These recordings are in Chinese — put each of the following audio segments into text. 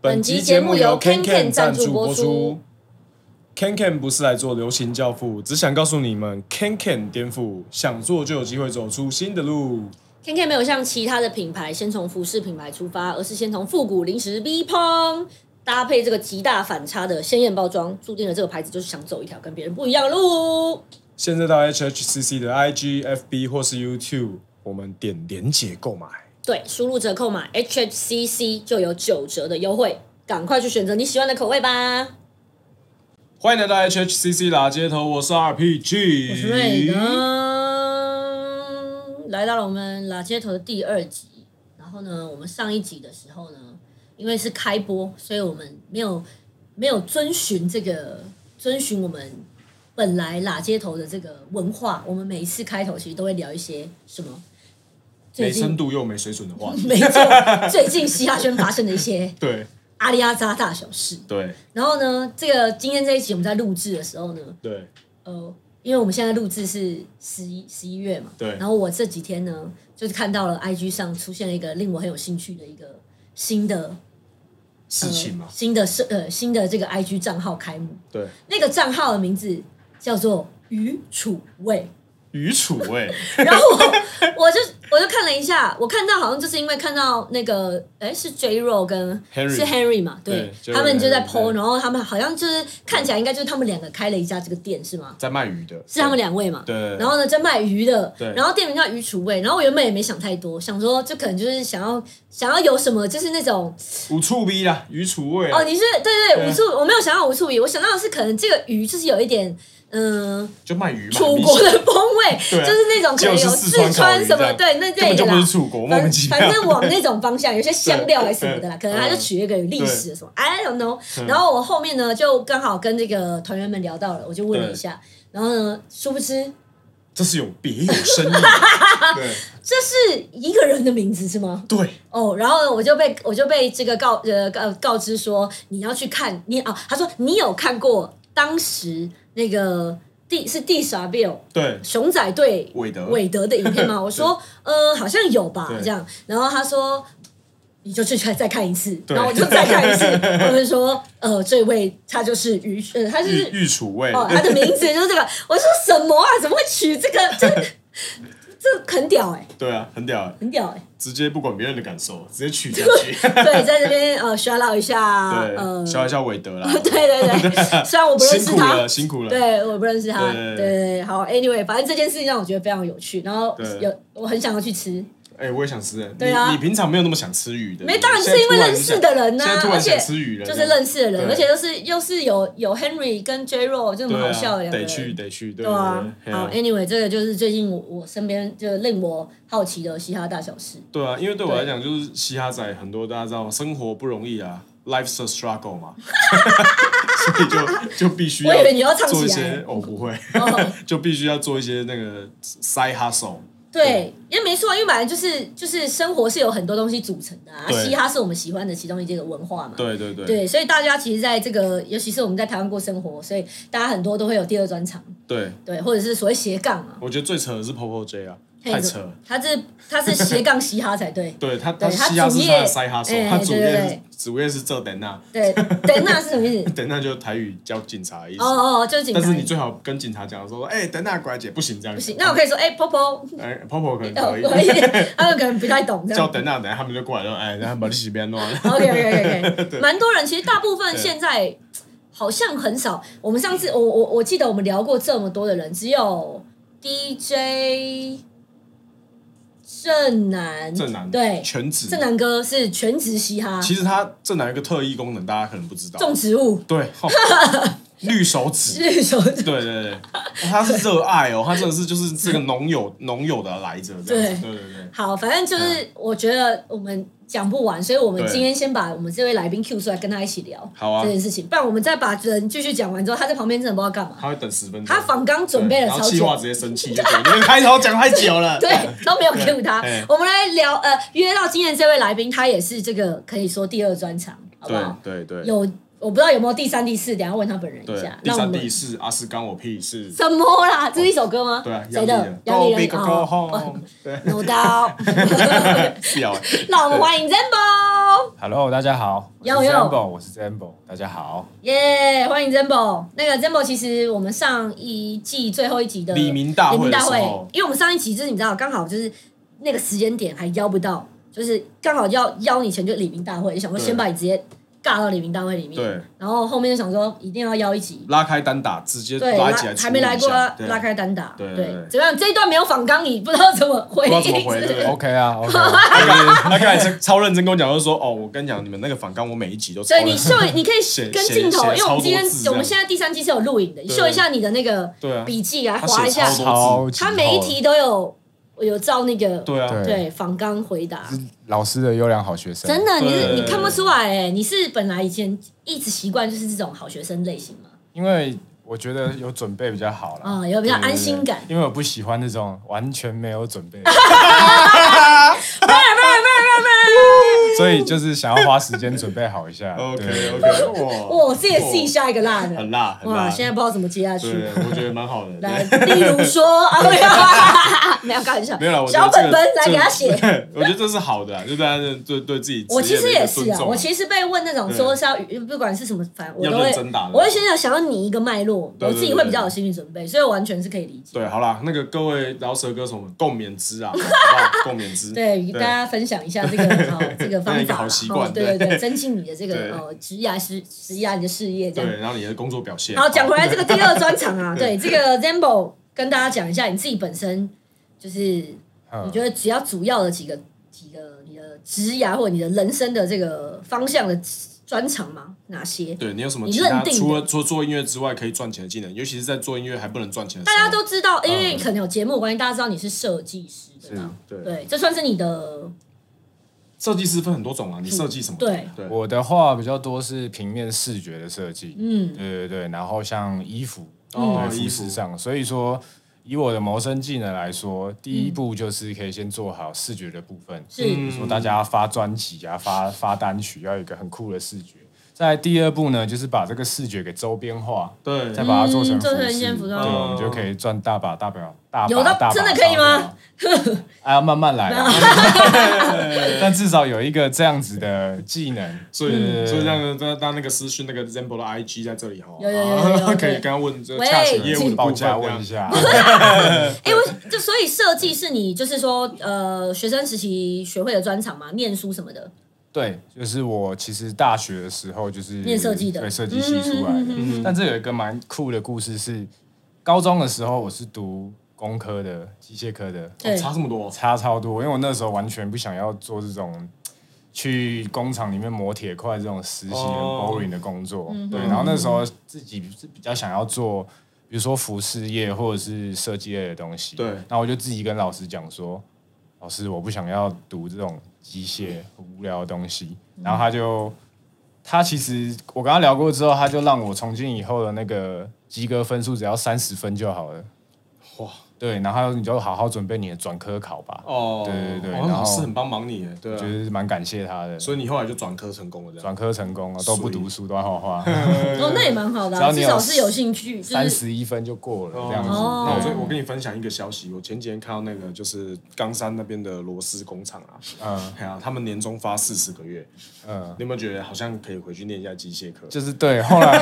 本集节目由 KenKen 赞助播出。 KenKen 不是来做流行教父，只想告诉你们，KenKen 颠覆，想做就有机会走出新的路。 K K 没有像其他的品牌先从服饰品牌出发，而是先从复古零食 V 烹搭配这个极大反差的鲜艳包装，注定了这个牌子就是想走一条跟别人不一样的路。现在到 HHCC 的 IG、FB 或是 YouTube，我们点连结购买。对，输入折扣码 H H C C 就有九折的优惠，赶快去选择你喜欢的口味吧。欢迎来到 HHCC 啦街头，我是 RPG，我是瑞德，来到了我们拉街头的第二集。然后呢，我们上一集的时候呢，因为是开播，所以我们没有没有遵循这个遵循我们本来拉街头的这个文化。我们每一次开头其实都会聊一些什么最没近深度又没水准的话 题。没错，最近嘻哈圈发生的一些对阿里阿扎大小事。对然后呢，这个今天这一集我们在录制的时候呢，对，呃，因为我们现在录制是十一十一月嘛，对然后我这几天呢，就是看到了 IG 上出现了一个令我很有兴趣的一个新的事情嘛呃，新的社呃新的这个 IG 账号开幕，对，那个账号的名字叫做余楚卫。余楚哎，然后我我就我就看了一下，我看到好像就是因为看到那个哎是 J Ro 跟 Henry 是 Henry 嘛，对对，J-Ro 他们就在跟 PO， Henry，然后他们好像就是看起来应该就是他们两个开了一家这个店是吗？在卖鱼的，是他们两位嘛？对对对然后呢，在卖鱼的，对然后店名叫鱼厨味。然后我原本也没想太多，想说就可能就是想要想要有什么，就是那种五处逼啦，余楚味啊哦，你是对对对对，无处我没有想到无处鱼，我想到的是可能这个鱼就是有一点嗯、就卖鱼嘛，楚你国的风味， 对啊就是那种可能就是有四川四川什烤么鱼这对那根对本就的不啦是。楚国，莫名反其妙。反正往那种方向，有些香料还是什么的啦，可对嗯能他就取一个有历史的什么，I don't know。然后我后面呢，就刚好跟这个团员们聊到了，我就问了一下，然后呢，殊不知这是有别有深 意。对这是一个人的名字是吗？对，哦，然后我就被我就被这个告呃告告知说你要去看你啊、他说你有看过当时那个第是第傻 Bill 对，熊仔队韦德韦德的影片吗？我说呃好像有吧对这样，然后他说。你就去看再看一次，对然后我就再看一次。他们说，呃，这位他就是于，呃，他就是玉玉楚味，哦，他的名字就是这个。我说什么啊？怎么会取这个？这这很屌哎、对啊，很屌欸，很屌哎、直接不管别人的感受，直接取下去。 对，在这边呃 s h 一下，呃对，，笑一下韦德啦， 对对 对，虽然我不认识辛苦他了，。辛苦了。对，我不认识他。对对对对对，好，anyway，反正这件事情让我觉得非常有趣，然后对有我很想要去吃，哎，我也想吃欸。对啊你你平常没有那么想吃鱼的，没当然现在是因为突然认识的人呐想现在突而然且想吃鱼了，就是认识的人，对而且就是又是有有 Henry 跟 J Ro 就对那啊么好笑的两个得人，去得去，对对啊。对好对嘿，anyway，这个就是最近我我身边就令我好奇的嘻哈大小事。对啊，因为对我对来讲，就是嘻哈仔很多，大家知道生活不容易啊，life's a struggle 嘛， 所以就就必须要我以为你要唱起来做一些，我、不会，哦 就必须要做一些那个 side hustle。对，因为没错，因为本来就是就是生活是有很多东西组成的啊，对嘻哈是我们喜欢的其中一个文化嘛。对对对对，所以大家其实在这个，尤其是我们在台湾过生活，所以大家很多都会有第二专场，对对，或者是所谓斜杠啊，我觉得最扯的是 Popo J 啊，嘿太扯了。。他是他是斜杠嘻哈才对 对他，对他嘻哈是主他的业 side hustle，哎他主对对业对主业是这等那，对，等那是什么意 思？等那就台语叫警察的意思。哦哦，哦就是警察但。是你最好跟警察讲说，哎、等那拐姐不行这样不子。行，那我可以说，哎、p o p o 哎、p o p o 可能哦，可以。可以，他们可能不太懂 这叫样。等下等下，他们就过来说， 哎，然后把你洗边弄。 OK OK OK OK，蛮多人，其实大部分现在好像很少。我们上次，我我我记得我们聊过这么多的人，只有 DJ 正南，正南对，全职正南哥是全职嘻哈，其实他正南有一个特异功能，大家可能不知道。种植物， 对，哦绿手指。是手指对对对，哦他是热爱哦，他真的是就是这个农 友农友的来着这样子。对对对，啊好，反正就是我觉得我们讲不完，所以我们对今天先把我们这位来宾 Q 出来，跟他一起聊好啊这件事情，不然我们再把人继续讲完之后，他在旁边真的不知道干嘛。他会等十分钟。他仿刚准对备了然超后气话久，直接生气，就觉得你们开头讲太久了。 对，都没有 Q 他对。哎我们来聊，呃，约到今天这位来宾，他也是这个可以说第二专场，好不好？对对对，有我不知道有没有第三、第四，等一下问他本人一对下。，第那我三、们第四，阿斯干我屁事。什么啦？这是一首歌吗？对啊，谁的？杨杨丽丽人人 Go big go 哦 home。对， ，No doubt。笑欸。让我们欢迎 Zembo， Hello，大家好，我是 Yo, yo Zambo，我是 Zambo，大家好。耶欢迎 Zembo。那个 Zembo，其实我们上一季最后一集的李明大会黎明大的会时候，因为我们上一集就是你知道，刚好就是那个时间点还邀不到，就是刚好要邀你前就李明大会，就想说对先把你直接尬到李明大会里面，对，然后后面就想说一定要邀一集，拉开单打，直接对，拉起拉来，还没来过拉对拉开单打，对对对怎么样？这一段没有反纲，你不知道怎么回不知道怎应，么回是不是对 OK 啊，OK 啊。他刚才是超认真跟我讲，就是说哦，我跟你讲，你们那个反刚，我每一集都超 所以认你真。秀，你可写以跟镜头，写因为我们今写超天多字这样我们现在第三季是有录影的，你对秀一下你的那个对啊，笔记来他划一写下，超超级他每一厚题都有有照那个对啊，对对仿纲回答，老师的优良好学生，真的你是对你看不出来哎，你是本来以前一直习惯就是这种好学生类型嘛，因为我觉得有准备比较好啦，嗯有比较安心感对对对因为我不喜欢那种完全没有准 备，所以就是想要花时间准备好一下。 OK 对 OK，哇，哇我自己也是下一个辣的，很辣很哇，辣，现在不知道怎么接下去。对，我觉得蛮好的。来，对例如说 啊， 没有啊，没有开玩笑，没有啦，我觉得小本这个本来给他这个 写。对我觉得这是好的啊，就大家对对自己我职其业的实一个也是尊啊，重我其实被问那种对说是要语不管是什么，反正我要都会认真打的，我会先想想要你一个脉络，对我对自己会比较有心理准备，所以我完全是可以理解。对，好啦，那个各位饶舌歌手们共勉之啊，好不 好共勉之。对，与大家分享一下 这个哦，这个那方一个法啦好习哦惯，对对对，增进你的这个对哦职涯事职涯你的事业这样。对，然后你的工作表现。好，讲回来这个第二专场 啊，对这个 Zambo 跟大家讲一下，你自己本身就是你嗯觉得只要主要的几个几个你的职涯或者你的人生的这个方向的专长吗？哪些？对你有什么你其他认定的除了做做音乐之外可以赚钱的技能，尤其是在做音乐还不能赚钱的时大候，家都知道，嗯因为可能有节目关系，大家知道你是设计师，对吧？对对，这算是你的设计师分很多种啊，你设计什么？对，对我的话比较多是平面视觉的设计，嗯对对对，然后像衣服，哦对衣服服饰上，所以说。以我的谋生技能来说，第一步就是可以先做好视觉的部分，是比如说大家发专辑啊、发发单曲，要有一个很酷的视觉。再来第二步呢，就是把这个视觉给周边化，对再把它做嗯成服做饰，成一件服装对，我们就可以赚大把大表大把有到大把真的可以吗大 把？哎呀，慢慢 来啦，但至少有一个这样子的技能，所以嗯所以让大家那个私讯那个 Zambo 的 IG 在这里哈，有有 有有有啊可以对跟他问这喂洽哎询业务的报部价分问 一。下，哎、我就所以设计是你就是说呃学生时期学会的专长嘛，念书什么哦的，对，就是我其实大学的时候就是念设计的嗯对设计系出来的。但这有一个蛮酷的故事是，高中的时候我是读工科的，机械科的，这样对，哦差这么多，差超多，因为我那时候完全不想要做这种去工厂里面磨铁块这种实习很哦嗯 boring 的工作。对，然后那时候自己是比较想要做，比如说服饰业或者是设计类的东西。对那我就自己跟老师讲说，老师，我不想要读这种机械很无聊的东西。然后他就。他其实我跟他聊过之后，他就让我从今以后的那个及格分数只要三十分就好了。哇对，然后他说你就好好准备你的转科考吧。哦，对对对哦那然后老师很帮忙你耶，对我觉啊，得是蛮感谢他的。所以你后来就转科成功了，这样。转科成功了，啊都不读书，都在画 画，哦，那也蛮好的啊、只要至你有少是有兴趣，就三是十一分就过了这样子。哦那我对最我跟你分享一个消息，我前几天看到那个就是冈山那边的螺丝工厂啊，嗯哎呀，他们年终发四十个月，嗯，你有没有觉得好像可以回去念一下机械课？就是对。后来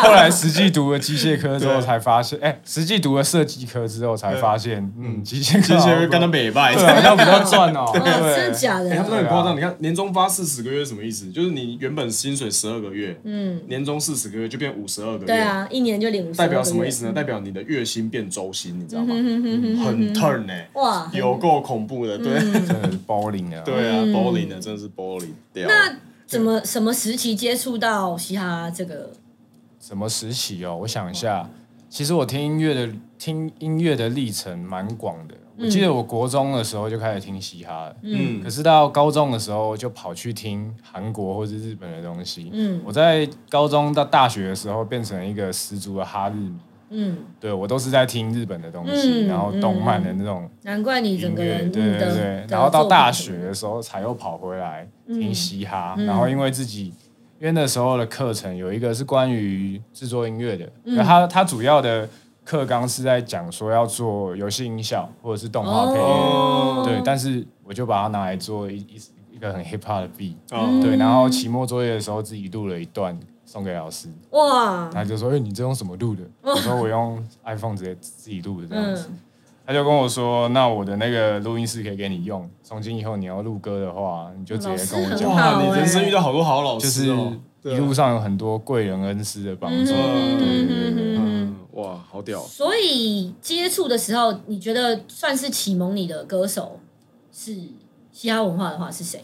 后来实际读了机械科之后，才发现，哎，实际读了设计科之后才发现，嗯，机械科机械科科跟他比北拜，对啊，要比 较赚哦。哦，真的 对，假的哎、他啊、们很夸张，对啊你看年终发四十个月是什么意思？就是你原本薪水十二个月，嗯，年终四十个月就变五十二个月，对，啊，一年就领五十，代表什么意？思呢？代表你的月薪变周薪，你知道吗？嗯很 turn 哎、哇，嗯有够恐怖的，对、真的是 bowling 啊。 对啊，bowling 的真的是 bowling 掉。那怎么什么时期接触到嘻哈这个？什么时期哦？我想一下，其实我听音乐的听音乐的历程蛮广的。我记得我国中的时候就开始听嘻哈了，嗯可是到高中的时候就跑去听韩国或是日本的东西。嗯我在高中到大学的时候变成一个十足的哈日迷，嗯，对我都是在听日本的东西，嗯然后动漫的那种难怪你嗯整音个乐，人对对你的嗯对的。然后到大作品学的时候才又跑回来听嘻哈，然后因为自己。因为那时候的课程有一个是关于制作音乐的，嗯那它它主要的课纲是在讲说要做游戏音效或者是动画配乐，哦对，但是我就把它拿来做一一一个很 hip hop 的 beat，、哦对，嗯然后期末作业的时候自己录了一段送给老师，哇，他就说：“哎、你这用什么录的？” 我说：“我用 iPhone 直接自己录的这样子。嗯，他就跟我说：“那我的那个录音室可以给你用，从今以后你要录歌的话，你就直接跟我老师讲很。好欸哇，你人生遇到好多好老就师是哦，一路上有很多贵人恩师的帮助。嗯对对对对嗯嗯，哇，好屌，所以接触的时候，你觉得算是启蒙你的歌手是嘻哈文化的话是谁？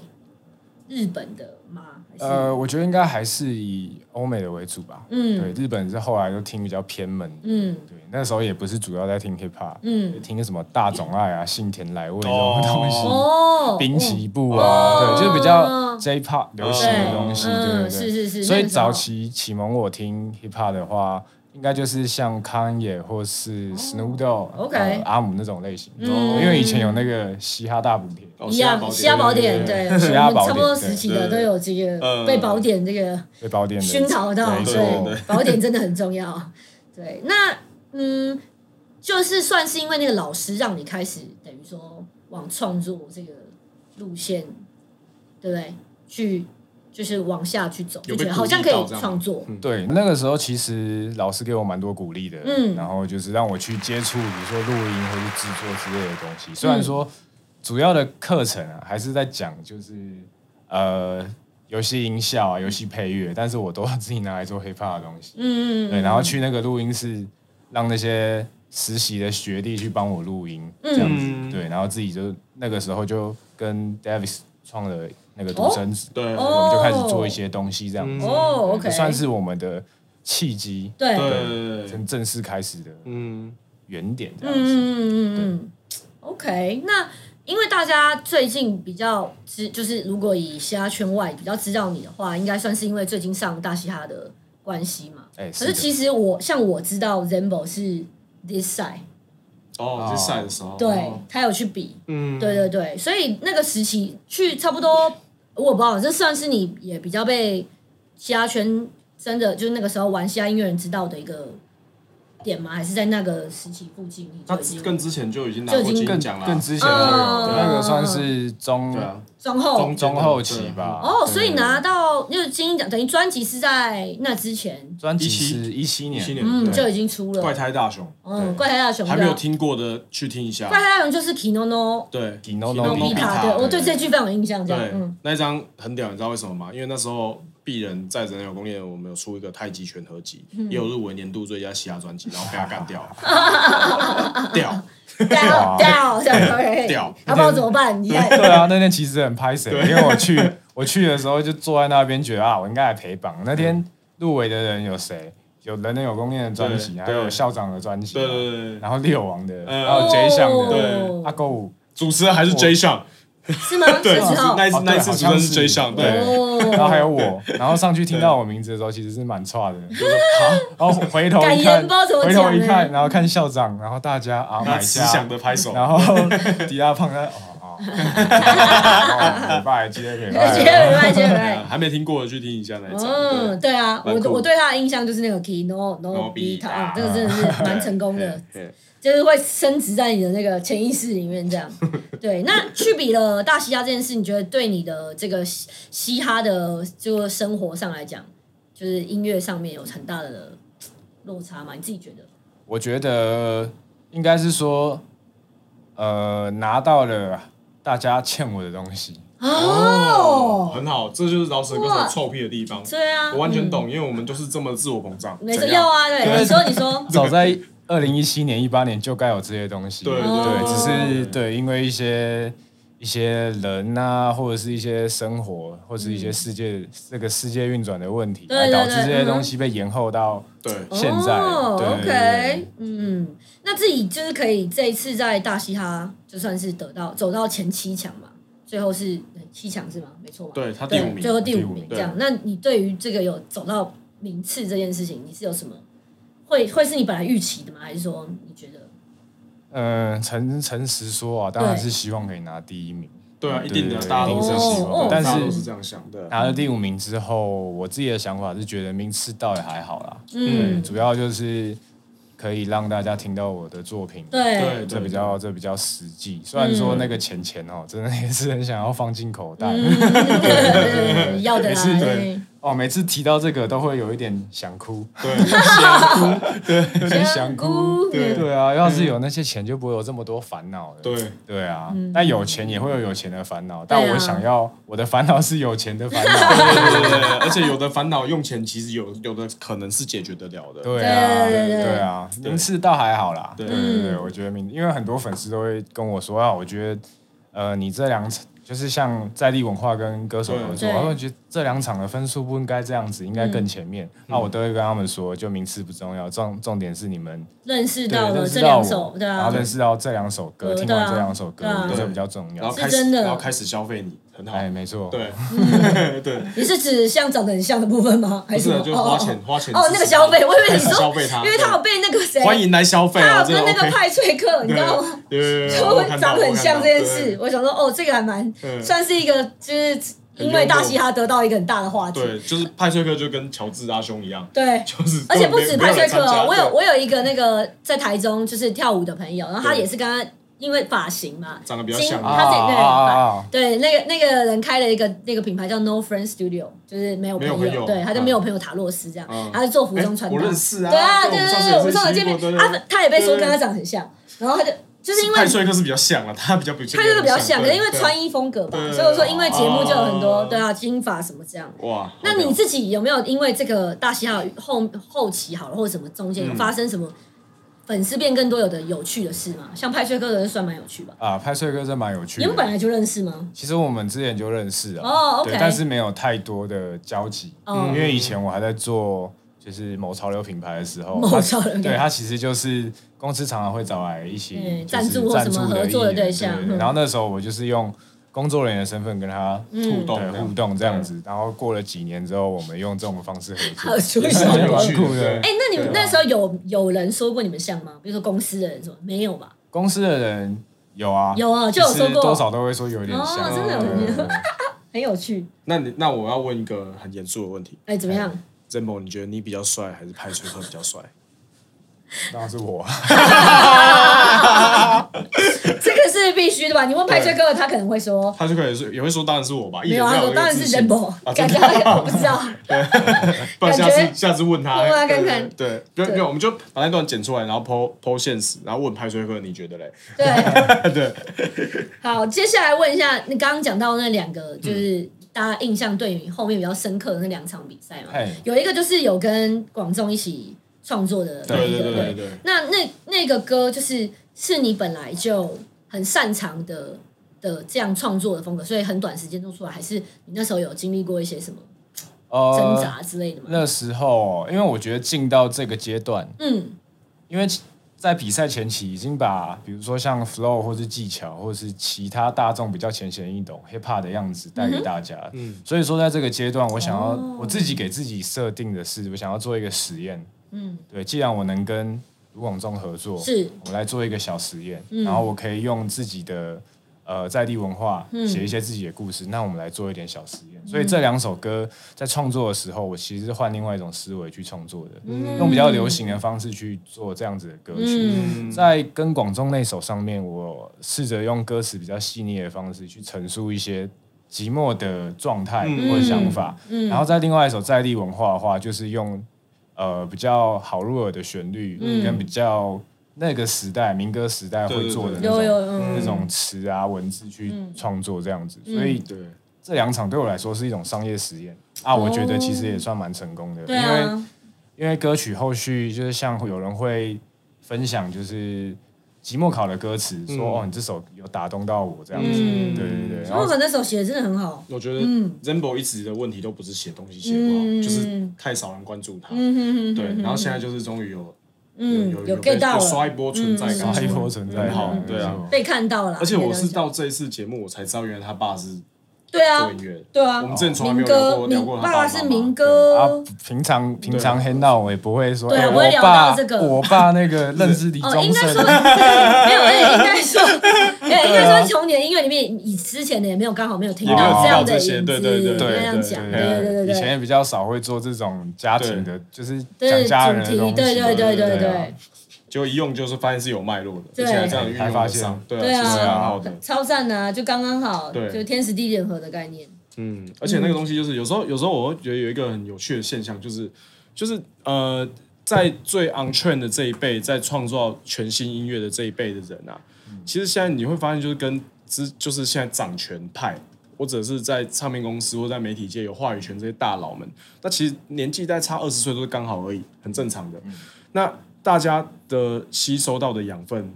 日本的吗？还是呃，我觉得应该还是以欧美的为主吧。嗯对，日本是后来就听比较偏门。嗯对，那时候也不是主要在听 hip hop，、嗯，听什么大冢爱啊、幸田来未这哦种东西。哦，滨崎步啊，哦对，就是比较 J pop 流行的对东西，对嗯，对是对。是是，所以那个时候早期启蒙我听 hip hop 的话，应该就是像康也或是 Snoop Dogg、哦 OK 呃阿姆那种类型，嗯因为以前有那个嘻哈大补贴。哦一样，嘻西亚哈宝宝典，典对，对我 们西亚宝典差不多时期的对都对有这个嗯被宝典这个被包店的熏陶到，没所错对以宝典真的很重要。 对，那嗯，就是算是因为那个老师让你开始等于说往创作这个路线，对不对？去就是往下去走，就有觉被得好像可鼓励以到这样创作。对，那个时候其实老师给我蛮多鼓励的，嗯然后就是让我去接触，比如说录音或是制作之类的东西。虽然说主要的课程啊，还是在讲就是呃游戏音效啊、游戏配乐，但是我都要自己拿来做 hiphop 的东西。嗯，对，然后去那个录音室，让那些实习的学弟去帮我录音，这样子。嗯对，然后自己就那个时候就跟 Davis 创了那个独生子，对，哦我们就开始做一些东西这样子。哦这，OK，算是我们的契机，对，对嗯对对对，正正式开始的嗯，原点这样嗯子。嗯嗯嗯，OK，那。因为大家最近比较知，就是如果以嘻哈圈外比较知道你的话，应该算是因为最近上大嘻哈的关系嘛。哎，可是的其实我像我知道 Zembo 是 This Side，哦，是赛的时候，对哦，他有去比，嗯，对对对，所以那个时期去差不多，我不知道，这算是你也比较被嘻哈圈真的就是那个时候玩嘻哈音乐人知道的一个点吗？还是在那个时期附近你他就已经更之前就已经拿就已过经金更奖了，更之前就有嗯那个算是中对啊，中后中中后期吧。哦，对所嗯以拿到就是金鹰奖，等于专辑是在那之前，专辑是一七年， 17年嗯，对就已经出怪了，胎大雄，嗯，怪胎大雄还没有哦对啊听过的去听一下怪，胎大雄就是 Kinono 对 Kinono Kinono Nobita， Nobita，对我对对这句非常有印象，这样，对嗯，，那一张很屌，你知道为什么吗？因为那时候鄙人在人有工业，我们有出一个太极拳合集，也有入围年度最佳嘻哈专辑，然后被他干掉，屌，嗯掉掉这样 OK， 掉啊，不知道怎么办，你看对啊，那天其实很拍谁，因为我去我去的时候就坐在那边，觉得啊，我应该来陪榜。那天入围的人有谁？有人人有功念的专辑，对还有校长的专辑，对对对对，然后六王的，嗯还有 J 项哦的，阿勾五，主持人还是 J 项，是吗？ 对，是时候哦那一次哦对那一次好主持人像是是 J 项，对对，然后还有我，然后上去听到我名字的时候，其实是蛮差的，就是啊然后回头感一言看不知道怎，么回讲头一欸看，然后看校长，然后大家啊他买慈祥家，的拍手，然后迪亚胖他哦哦，哦，礼拜接 觉得礼拜，很爱，觉得很对爱啊。还没听过的去听一下那一张，嗯，对啊，我蛮酷我对他的印象就是那个 key no no No beat， beat，啊，这个真的是蛮成功的，对对，就是会升值在你的那个潜意识里面 这样。对，那去比了大嘻哈这件事，你觉得对你的这个嘻嘻哈的这个生活上来讲，就是音乐上面有很大的落差吗？你自己觉得？我觉得应该是说，呃，拿到了大家欠我的东西，哦，很好，这就是饶舌歌哇手臭屁的地方，对啊，我完全嗯。懂，因为我们就是这么自我膨胀，没错，怎要样啊，对，你说你说，早在二零一七年、一八年就该有这些东西，对哦对，只是对对，因为一些一些人啊，或者是一些生活，或是一些世界、这个世界运转的问题，对对来导致对这些嗯东西被延后到对。现在。哦、对 o 对对 k 嗯，那自己就是可以这一次在大嘻哈就算是得到走到前七强嘛，最后是呃七强是吗？没错吧？对他第五名最后第第五五名名这样。那你对于这个有走到名次这件事情，你是有什么会会是你本来预期的吗？还是说你觉得嗯，诚诚实说啊，当然对是希望可以拿第一名。对啊，一定的，对大家都一定是希大望但是家都是这样想的。拿了第五名之后，我自己的想法是觉得名次倒也还好啦，嗯，主要就是可以让大家听到我的作品，对对，这比较这比较实际。虽然说那个钱钱哦，真的也是很想要放进口袋。嗯要的每次啦，对哦，每次提到这个都会有一点想哭，对嗯想哭，对对啊，要是有那些钱，就不会有这么多烦恼了。对对啊，但有钱也会有有钱的烦恼，但我想要我的烦恼是有钱的 烦恼。对对对，而且有的烦恼用钱其实有有的可能是解决得了的。对啊，对对对嗯对啊，名次倒还好啦。对对对对，我觉得名，因为很多粉丝都会跟我说啊，我觉得呃，你这两场就是像在地文化跟歌手合作，对嗯然后觉得这两场的分数不应该这样子，应该更前面。那我都会跟他们说，就名次不重要，重重点是你们认识对到认了识这到两我首，，对然啊后，认识到这两首歌，呃听对完啊这两首歌，对啊我觉得这比较重然要后。开是真始，的然后开始消费你，很好。哎，没错，对，你是指像长得很像的部分吗？还不是什是啊么就花哦钱花钱哦，那个消费，我以为你开始消说费他，，因为他有被那个谁，对欢迎来消费哦，他有这个跟那个 OK。派翠克，你知道吗？对对对 对，我就看到长得很像这我件，看事，到我想说，哦，这个还蛮嗯算是一个，就是因为大嘻哈得到一个很大的话题对， 对，就是派翠克就跟乔治阿兄一样，对。就是 而且不止止派翠克哦，我有我有一个那个在台中就是跳舞的朋友，然后他对也是刚刚因为发型嘛，长得比较金像他自己对啊啊啊啊对那个那个人开了一个那个品牌叫 No Friend Studio，就是没有没有朋朋友对，他就嗯没有朋友塔洛斯这样嗯，他是做服装穿搭，我认识啊，对啊，对对对，我们们上上次次见面，啊他，他也被说跟他长得很像，然后他就就是因为派翠克是比较像了，他比较不他这个比较像，可对是因为对穿衣风格吧，对所以我说因为节目就有很多哦对啊金发什么这样。哇，那你好自己有没有因为这个大嘻哈后后期好了，或者什么中嗯间有发生什么粉丝变更多有的有趣的事吗？像派翠克的人算蛮有趣吧？啊，派翠哥真蛮有趣你们的本。来就认识吗？其实我们之前就认识了，哦对 OK 但是没有太多的交集，嗯因为以前我还在做就是某潮流品牌的时候，某它潮流品牌对它其实就是公司常常会找来一起嗯就是赞助或什么合作的艺人对象嗯然后那时候我就是用工作人员的身份跟他互嗯，动对这样互动这样子，然后过了几年之后，我们用这种方式合好出作，是蛮手。有趣蛮酷的的。哎，那你们对啊那时候有有人说过你们像吗？比如说公司的人说没有吧？公司的人有啊，有啊就有就是说过多少都会说有点哦像，真的有对点 对对很有趣。那你那我要问一个很严肃的问题哎，怎么样？ ，Zembo，你觉得你比较帅还是派崔克比较帅？当然是我 啊，这个是必须的吧？你问派翠克，他可能会说派崔克也是也会说当然是我吧，一啊没点有，都他没有说当然自是信 Rainbow，感觉我不知道。 不然下感次觉下次问他，问他对看看对，对对没有，我们就把那段剪出来，然后剖剖现实，然后问派崔克你觉得嘞？ 对对。好，接下来问一下，你刚刚讲到那两个，嗯就是大家印象对你后面比较深刻的那两场比赛嘛嘿，有一个就是有跟广众一起创作的那对一对个，对对对，那那那个歌就是是你本来就很擅长的的这样创作的风格，所以很短时间做出来，还是你那时候有经历过一些什么呃挣扎之类的吗？哦那时候，哦因为我觉得进到这个阶段，嗯，因为其在比赛前期已经把，比如说像 flow 或是技巧，或是其他大众比较浅显易懂 hip hop 的样子带给大家。嗯，所以说在这个阶段，我想要、哦我自己给自己设定的是，我想要做一个实验。嗯，对，既然我能跟卢广仲合作，是我来做一个小实验，嗯然后我可以用自己的呃在地文化写一些自己的故事。那我们来做一点小实验。所以这两首歌在创作的时候，我其实是换另外一种思维去创作的，用比较流行的方式去做这样子的歌曲。嗯在跟广众那首上面，我试着用歌词比较细腻的方式去陈述一些寂寞的状态嗯或者想法。嗯然后在另外一首在地文化的话，就是用呃比较好入耳的旋律，嗯跟比较那个时代民歌时代会做的对那对对有种有嗯那种词啊文字去创作这样子，所以对，这两场对我来说是一种商业实验啊，我觉得其实也算蛮成功的，哦对因为啊，因为歌曲后续就是像有人会分享就是期末考的歌词，说、嗯哦你这首有打动到我这样子，嗯，对对对，然莫后可那首写的真的很好，我觉得嗯 Zembo 一直的问题都不是写东西写不好，嗯就是太少人关注他。嗯哼哼哼对，然后现在就是终于有嗯有有被 get 到有刷一了，波存在感，刷一波存在很好嗯，对啊。被看到了，而且我是应该这样到这一次节目我才知道，原来他爸是对啊做，音乐。对啊，我们之前从来没民有聊过聊歌，民过他爸爸爸妈是妈民啊歌，，平常平常黑闹我也不会说，对啊哎我不我会聊爸到这个我爸那个认识李 哦，宗应该说 盛，没有，哎应该说，哎应该说，从你的音乐里面，你之前的也没有刚好没有听也没有到听这到样的这影些子，对对对这样对讲，对对对对以对前对，也比较少会做这种家庭的，就是讲对家人的主东题，西，对对对对对啊对，就一用就是发现是有脉络的，对而且还这样运用才发得现上，对对啊，啊其实蛮好的。超赞啊，就刚刚好，对就天时地利人和的概念，嗯，而且那个东西就是有时候，有时候我会觉得有一个很有趣的现象，就是就是呃，在最 on trend 的这一辈，在创造全新音乐的这一辈的人啊，其实现在你会发现，就是跟之就是现在掌权派。或者是在唱片公司或在媒体界有话语权这些大佬们，那其实年纪在差二十岁都是刚好而已，很正常的。那大家的吸收到的养分、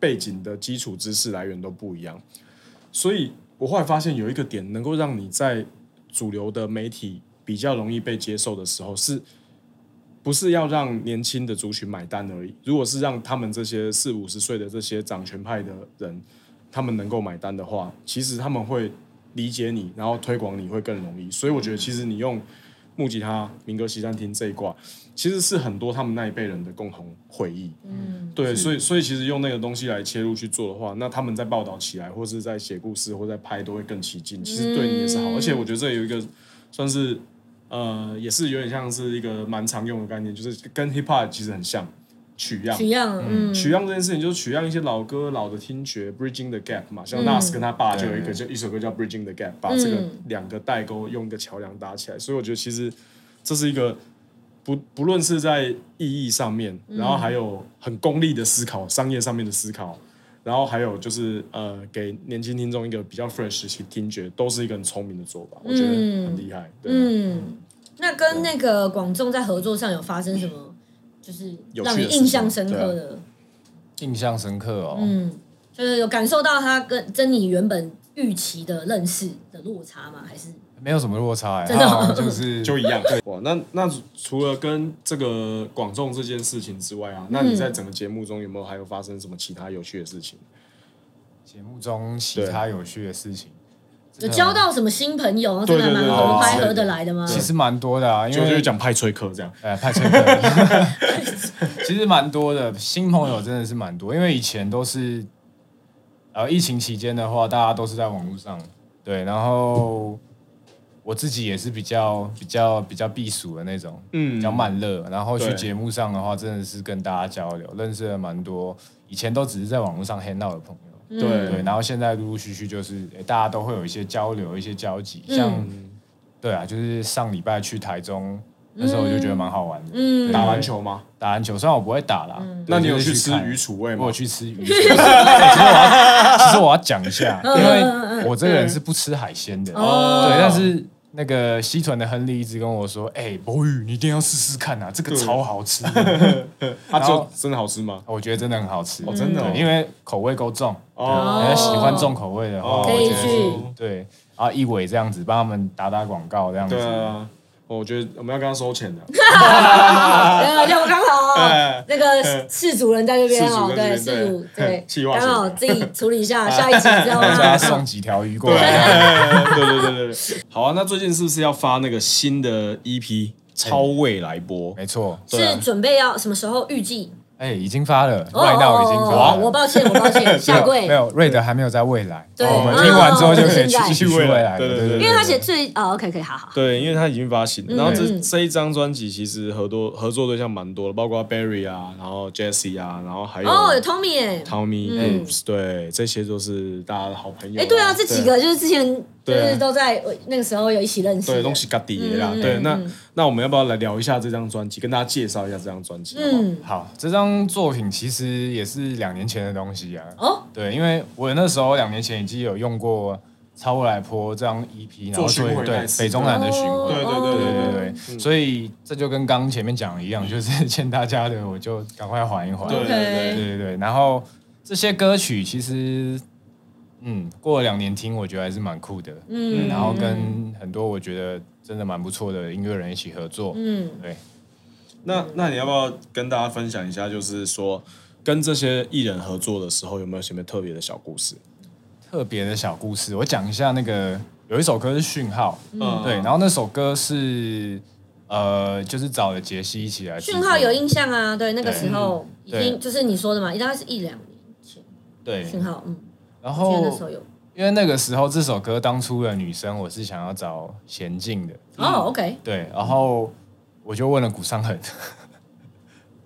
背景的基础知识来源都不一样，所以我后来发现有一个点能够让你在主流的媒体比较容易被接受的时候，是不是要让年轻的族群买单而已？如果是让他们这些四五十岁的这些掌权派的人，他们能够买单的话，其实他们会理解你，然后推广你会更容易。所以我觉嗯得，其实你用木吉他、民歌西餐厅这一挂，其实是很多他们那一辈人的共同回忆。嗯，对，是所以所以其实用那个东西来切入去做的话，那他们在报道起来，或是在写故事，或在拍，都会更起劲。其实对你也是好，嗯而且我觉得这有一个算是呃，也是有点像是一个蛮常用的概念，就是跟 hip hop 其实很像，取样。取样，嗯，取样这件事情，就是取样一些老歌、老的听觉，bridging the gap 嘛。像 Nas 跟他爸就有一个，对就一首歌叫 bridging the gap，把这个嗯两个代沟用一个桥梁搭起来。所以我觉得其实这是一个不不论是在意义上面，然后还有很功利的思考、商业上面的思考，然后还有就是呃，给年轻听众一个比较 fresh 的听觉，都是一个很聪明的做法，我觉得很厉害。对，啊嗯，那跟那个广众在合作上有发生什么，就是有趣的让你事情印象深刻的？印象深刻哦。嗯，就是有感受到他跟珍妮原本预期的认识的落差吗？还是没有什么落差、欸，真的他好像哦 就是就一样。对，哇，那那除了跟这个广众这件事情之外啊，那你嗯在整个节目中有没有还有发生什么其他有趣的事情？节目中其他有趣的事情，有交到什么新朋友，然后对真的还蛮对对合对拍嗯对合得来的吗？其实蛮多的啊，因就就为讲派崔克这样，呃，派崔克， 其实蛮多的，新朋友真的是蛮多，因为以前都是，呃，疫情期间的话，大家都是在网络上，对，然后我自己也是比较比较比较避暑的那种，嗯比较慢热，然后去对节目上的话，真的是跟大家交流，认识了蛮多，以前都只是在网络上 hang out 的朋友，嗯对对，然后现在陆陆续续就是、诶大家都会有一些交流、一些交集，嗯像、对啊，就是上礼拜去台中，那时候我就觉得蛮好玩的，嗯，打篮球吗？打篮球，虽然我不会打啦，对那你有去就是吃看鱼储味我吗有？去吃 鱼。其实我要，其实我要讲一下，因嗯为我这个人是不吃海鲜的，哦对，但是。那个西屯的亨利一直跟我说：“哎、博宇，你一定要试试看啊，这个对超好吃的。它然后就真的好吃吗？我觉得真的很好吃，哦真的哦对因为口味够重，哦人家喜欢重口味的话，哦可以我觉得是去对，然后一伟这样子帮他们打打广告这样子，对啊，我觉得我们要跟他收 钱的。对，就啊刚啊好哎那个氏族人在这边氏哦，族在对，这边氏族对 对企，划哎刚好协自己处理一下，下一集啊知 道然后叫他吗？送几条鱼过来，啊对啊对对对对，好啊。那最近是不是要发那个新的 EP 超未来播？没错，对啊是准备要什么时候预计？哎、已经发了，哦外道已经发哦哦哦了，我抱歉，我 抱歉，下跪没。有瑞德还没有在未来，哦对嗯我们听完之后就可以去哦继续去现在未来了，对对对对因为他写最哦，OK，可以，好好，对，因为他已经发行了，然后这、嗯这一张专辑其实合作合作对象蛮多的，包括 Barry 啊，然后 Jesse 啊，然后还有哦，有 Tommy 耶， Tommy h o 嗯 o p s 对，这些都是大家的好朋友、哎，对啊，这几个就是之前就对啊是都在呃那个时候有一起认识对的，东西嘎底耶啦，嗯嗯对，嗯那嗯那我们要不要来聊一下这张专辑，跟大家介绍一下这张专辑？嗯，嗯，好，这张作品其实也是两年前的东西啊，哦，对，因为我那时候两年前已经有用过超未来坡这张 EP，然做后巡回所以那对次北中南的巡哦回对。对对对对对对，所以这就跟刚刚前面讲的一样，就是 欠大家的，我就赶快还一还。对对对对 OK 对对，然后这些歌曲其实，嗯，过了两年听，我觉得还是蛮酷的。嗯，然后跟很多我觉得真的蛮不错的音乐人一起合作，嗯对，那那你要不要跟大家分享一下，就是说跟这些艺人合作的时候，有没有什么特别的小故事？特别的小故事，我讲一下那个。有一首歌是讯号，嗯对，然后那首歌是呃，就是找了杰西一起来制讯作号有印象啊，对，那个对时候已对经就是你说的嘛，大概是一两年前，对，讯号，嗯，然我记后得那时候有，因为那个时候这首歌当初的女生我是想要找娴静的，哦，OK，对，然后我就问了古 尚恒，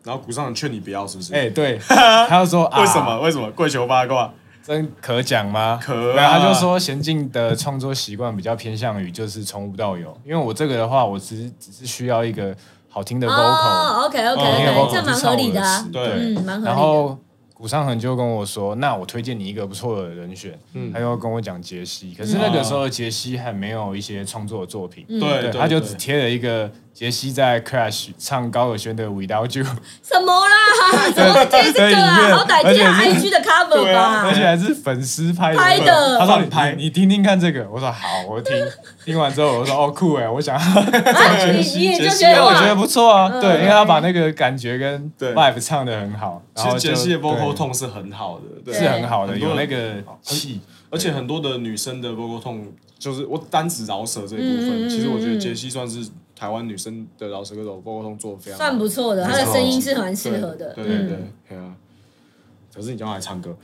然后古上劝你不要，是不是？哎、 对，他就说、啊、为什么？为什么？跪求八卦，真可讲吗？可啊然后他就说娴静的创作习惯比较偏向于就是从无到有，因为我这个的话，我只只是需要一个好听的 vocal，、哦，OK OK 好听的 OK， vocal，这蛮合理的啊，对，嗯，蛮合然理的，后古尚恒就跟我说：“那我推荐你一个不错的人选。”嗯他又跟我讲杰西，可是那个时候杰西还没有一些创作的作品，嗯对，他就对只贴了一个杰西在 Crash 唱高尔宣的《Without You》，什么啦？怎么会接这个对对啊？好歹接而且 IG 的 cover 对啊吧 而且。还是粉丝拍的。拍的他说：“放你拍，屁你听听看这个。”我说：“好，我 听。”听完之后我说：“哦，酷哎，我想，啊，你你也就杰觉因为得西我觉得哇，不错啊。”嗯对，因为他把那个感觉跟对 vibe 唱的很好，然其后实杰西的就 vocal 对 tone 是很好的，对是很好的，很多有人那个气。而且很多的女生的 vocal tone，就是我单指饶舌这一部嗯嗯分，嗯其实我觉嗯得杰西算是台湾女生的饶舌歌手 vocal tone 做的非常好算不错的，他的声音是蛮适合的。对对对对嗯，对啊。可是你叫他来唱歌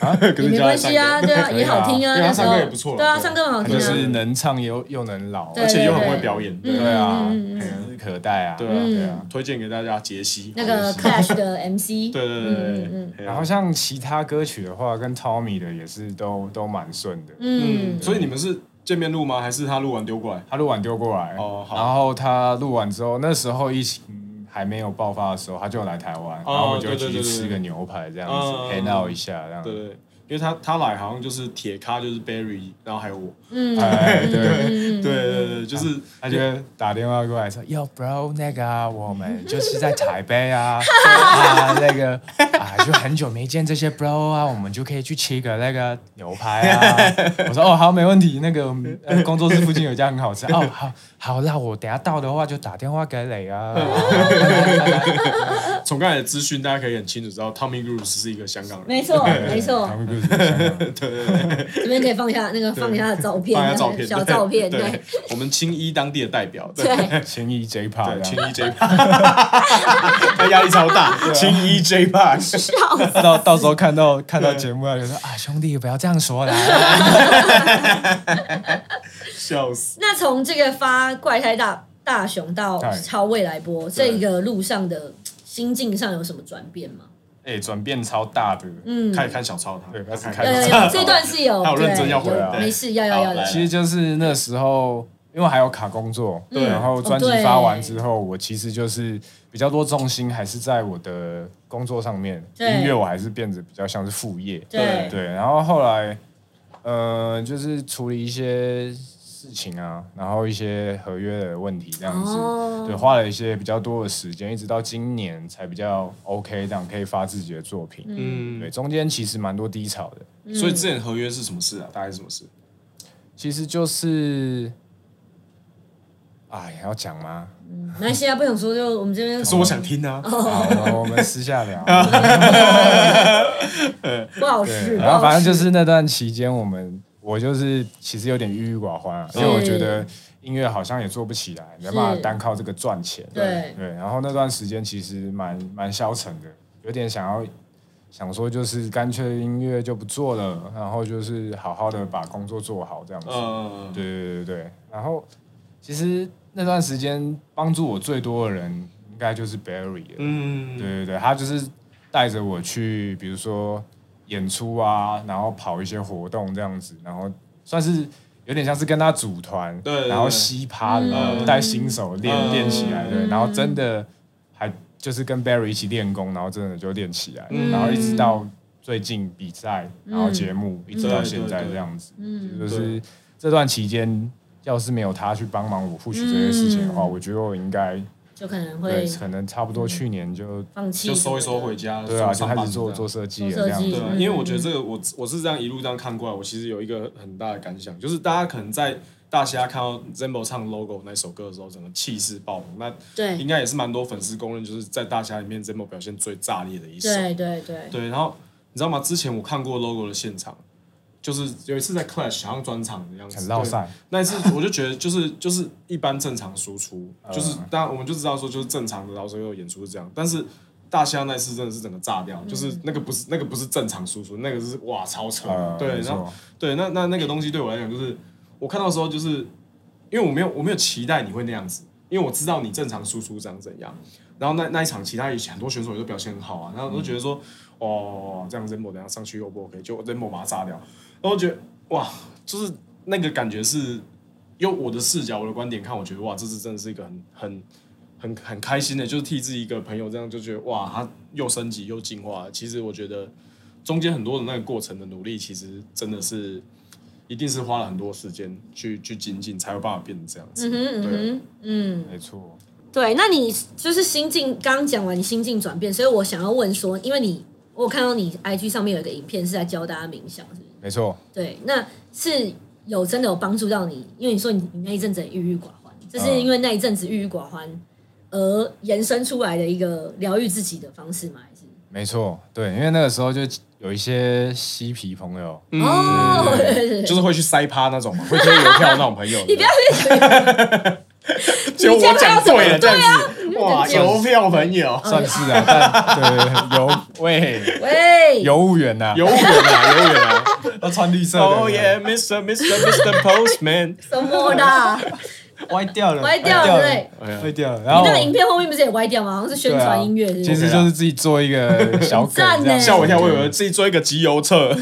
啊 可是也你没叫他来关唱系啊，歌对啊，可以啊也好听啊，对啊那时唱候歌也不错啦对啊，对唱歌很好他听就啊是，能唱又又能老，对而且又很对会对表演，对啊嗯嗯嗯嗯，嗯指日可待啊，对啊对啊。推荐给大家杰西那个 Clash 的 MC，对对对对嗯嗯对，啊然后像其他歌曲的话，跟 Tommy 的也是都都蛮顺的。嗯嗯，，所以你们是见面录吗？还是他录完丢过来？他录完丢过来，哦好然后他录完之后，那时候疫情还没有爆发的时候，他就来台湾，哦然后我就对对去对对吃对个牛排这样子嗯，hang out 一下这样对。对，对因为他他来好像就是铁咖，就是 Barry，然后还有我。嗯，哎，对，对对对，就是他就打电话过来说：“哟，bro，那个啊我们就是在台北 啊，啊那个啊，就很久没见这些 bro 啊，我们就可以去吃个那个牛排啊。” 我说：“哦，好，没问题。那个呃工作室附近有一家很好吃。哦，好，好，那我等下到的话就打电话给磊啊。”从刚才的资讯，大家可以很清楚知道，Tommy Cruise 是一个香港人。没错 没错 他，们就是这样这边可以放下那个放下的照片，放下照片，小照片，对，对对我们青衣当地的代表，对 对，情谊 J 对，青 Park，衣 J Park，他 压力超啊大，青衣 J Park， 到到时候看到看到节目啊，就说啊兄弟不要这样说啦，笑死，那从这个发怪胎大大熊到哎超未来波这个路上的心境上有什么转变吗？ 哎转变超大的，嗯，开始看小抄他，对开始他看对小对抄呃对，这段是有，还有认真对要回来有没事，要要要好来要，其实就是那时候，因为还有卡工作，对然后专辑哦对发完之后，我其实就是比较多重心还是在我的工作上面，对音乐我还是变得比较像是副业，对对对，然后后来，呃，就是处理一些事情啊，然后一些合约的问题这样子，哦对，花了一些比较多的时间，一直到今年才比较 OK，这样可以发自己的作品。对，嗯，中间其实蛮多低潮的，嗯所以之前合约是什么事啊？大概是什么事？其实就是，哎，要讲吗？没关系啊，不想说就我们这边可是我想听啊，好，我们我们私下聊。不好对，使，不然后好反正就使是那段期间，我们我就是其实有点郁郁寡欢、啊，因为我觉得音乐好像也做不起来，没办法单靠这个赚钱。对对，然后那段时间其实蛮蛮消沉的，有点想要想说就是干脆音乐就不做了，然后就是好好的把工作做好这样子。呃，对对对对对，然后其实那段时间帮助我最多的人应该就是 Barry 了。嗯，对对对，他就是带着我去，比如说演出啊，然后跑一些活动这样子，然后算是有点像是跟他组团，对对对然后嘻趴，然后带新手练、嗯练起来的，然后真的还就是跟 Barry 一起练功，然后真的就练起来，嗯然后一直到最近比赛，然后节目、嗯一直到现在这样子，嗯就是这段期间。要是没有他去帮忙我复习这些事情的话，嗯我觉得我应该就可能对会可能差不多去年就放弃，就收一收回。家，对啊，就上开班始做这样做设计了做这设样计子。对啊，嗯因为我觉得这个我我是这样一路这样看过来，我其实有一个很大的感想，就是大家可能在大虾看到 Zembo 唱 Logo 那首歌的时候，整个气势爆棚，那应对该也是蛮多粉丝公认，就是在大虾里面 Zembo 表现最炸裂的一首。对对对，对，然后你知道吗？之前我看过 Logo 的现场，就是有一次在 Clash 好像专场的样子，很绕对赛，那一次我就觉得就是就是一般正常输出，嗯就是当然我们就知道说就是正常的老师有演出是这样，但是大象那次真的是整个炸掉，就是那个不是那个不是正常输出，那个是哇超扯，呃对，没然后错对那那那个东西对我来讲就是我看到的时候就是因为我没有我没有期待你会那样子，因为我知道你正常输出长怎样，然后那那一场其他也很多选手也都表现很好啊，然后我都觉得说、嗯哦这样 Zembo 等一下上去 O 不 OK，就 Zembo 把他炸掉，然后我觉得哇就是那个感觉是用我的视角我的观点看，我觉得哇这次真的是一个很很。很很开心的，就是替自己一个朋友这样就觉得哇，他又升级又进化了。其实我觉得中间很多的那个过程的努力，其实真的是一定是花了很多时间去去精进，才有办法变成这样子。嗯哼嗯对啊哼嗯，没错，对。那你就是心境，刚刚讲完你心境转变，所以我想要问说，因为你我有看到你 IG 上面有一个影片是在教大家冥想，是不是？没错，对，那是有真的有帮助到你，因为你说你你那一阵子很郁郁寡欢，就是嗯因为那一阵子郁郁寡欢而延伸出来的一个疗愈自己的方式吗？还是？没错，对，因为那个时候就有一些嬉皮朋友，哦，对对对嗯就是会去塞趴那种嘛，会推邮票那种朋友。你不要这就样我讲对了，要怎么这样子，哇，你就邮票朋友，哦算是啊，但对邮 喂喂，邮务员呐，邮员啊，邮员啊。要穿绿色 Oh yeah, Mr. Mr. Mr. Postman，什么 哦啦？歪掉了，歪掉了对哎呀歪掉了。然你后啊那个影片后面不是也歪掉吗？好像是宣传音乐，是不其是？实就是自己做 一个小梗，赞欸这样呢吓我一跳，我以嗯为自己做一个集邮册，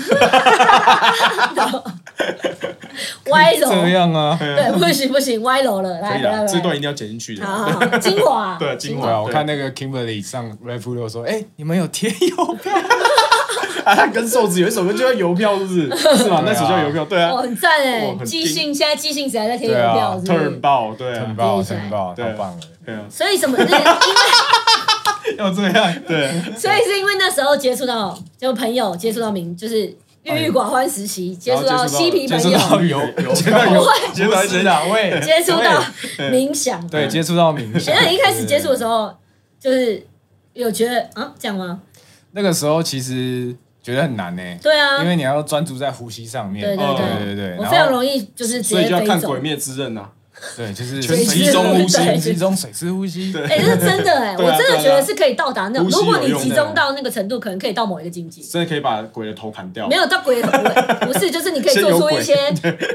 歪楼，这样啊。对，不行不行，歪楼了，可 来以来的，来，啊这段一定要剪进去的。好好好，精华，对精对华啊，我看那个 Kimberly 上 Red f o o 说，哎，你们有贴邮票？ 啊，他跟瘦子有一首歌就叫邮票，是不 是？是吗？那首叫邮票，对啊哇，，很赞哎哇，很即精兴，现在即兴谁还在贴邮对啊票？是不是，turn 爆，对很啊，棒，对很棒，对太棒了！对啊，所以什么？因为要这样，对。啊所以是因为那时候接触到就朋友，接触到民，就是郁郁寡欢时期，接触然后接触到嬉皮接朋触到友，邮邮接触到票邮，接触到不是嗯啊，喂，接触到喂冥想。对，接触到冥想哎。那你一开始接触的时候，就是有觉得啊这样吗？那个时候其实觉得很难呢、对啊，因为你要专注在呼吸上面。对对哦对对对我然非常后容易就是直所以接就要飞看《走鬼。灭之刃》啊，对，就是全集中呼吸全集中水之呼吸。对哎，这是真的 哎，对啊我真对的啊觉得是可以到达那种，呼吸如果有你用集的中到那个程度，可能可以到某一个 境界。真的可以把鬼的头砍掉。没有到鬼头尾，不是，就是你可以先做有出一鬼些，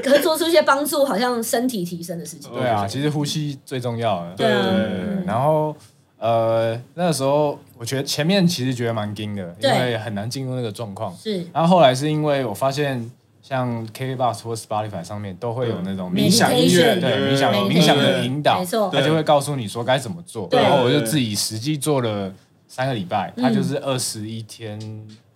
可以做出一些帮助，好像身体提升的事情。哦对啊，其实呼吸最重要的。对啊对对嗯对然后呃，那个时候我觉得前面其实觉得蛮惊的，因对为很难进入那个状况。是然后后来是因为我发现，像 KKBox 或 Spotify 上面都会有那种冥想嗯 Meditation 音乐，对对冥想对冥想对的引导没错，他就会告诉你说该怎么做。对然后我就自己实际做了三个礼拜，嗯它就是二十一天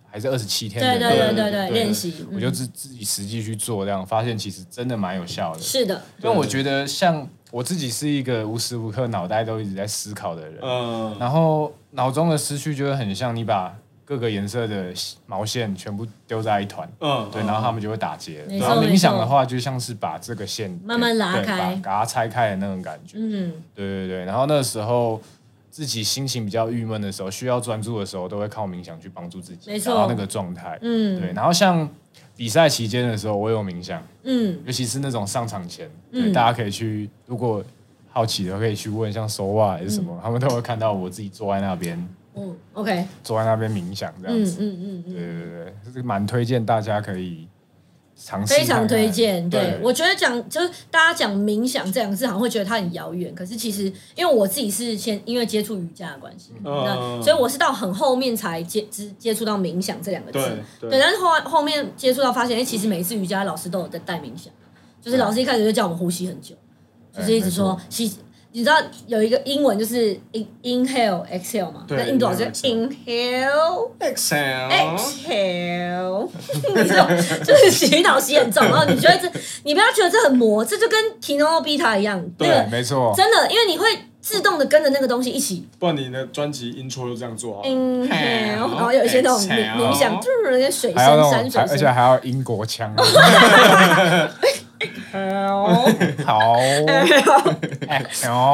还是二十七天对的对那对对个对，练。习。嗯我就自自己实际去做，这样发现其实真的蛮有效的。是的，因为我觉得像我自己是一个无时无刻脑袋都一直在思考的人，嗯，然后脑中的思绪就会很像你把各个颜色的毛线全部丢在一团，嗯，对，然后他们就会打结了。没错然后没错冥想的话，就像是把这个线慢慢拉对开把把它拆开的那种感觉。嗯，对对对。然后那时候自己心情比较郁闷的时候，需要专注的时候，都会靠冥想去帮助自己没错达到那个状态。嗯对。然后像比赛期间的时候，我有冥想，嗯，尤其是那种上场前，嗯对，大家可以去，如果好奇的可以去问，像 Soa 还是什么，他们都会看到我自己坐在那边，哦，OK，坐在那边冥想这样嗯子。嗯嗯嗯，对对对对，就是蛮推荐大家可以尝试看非看，常推荐。对对我觉得讲就是大家讲冥想这两个字，好像会觉得它很遥远，可是其实因为我自己是先因为接触瑜伽的关系，那嗯所以我是到很后面才接接接触到冥想这两个字。对对对，但是后来后面接触到发现，哎、其实每一次瑜伽老师都有在带冥想，就是老师一开始就叫我们呼吸很久，就是一直说哎吸。你知道有一个英文就是 in inhale exhale 嘛？对那印度老师就 inhale inhale ，Excel，哦 exhale，你知 道就是洗脑洗很重，然后你觉得这，你不要觉得这很魔，这就跟 t i n o b i t a 一样，那对，个没错，真的，因为你会自动的跟着那个东西一起不然你的专辑 intro 就这样做啊。 inhale，然后有一些那种冥冥想，就是那些水还有声、山那种，水还而且声。还要英国腔，好，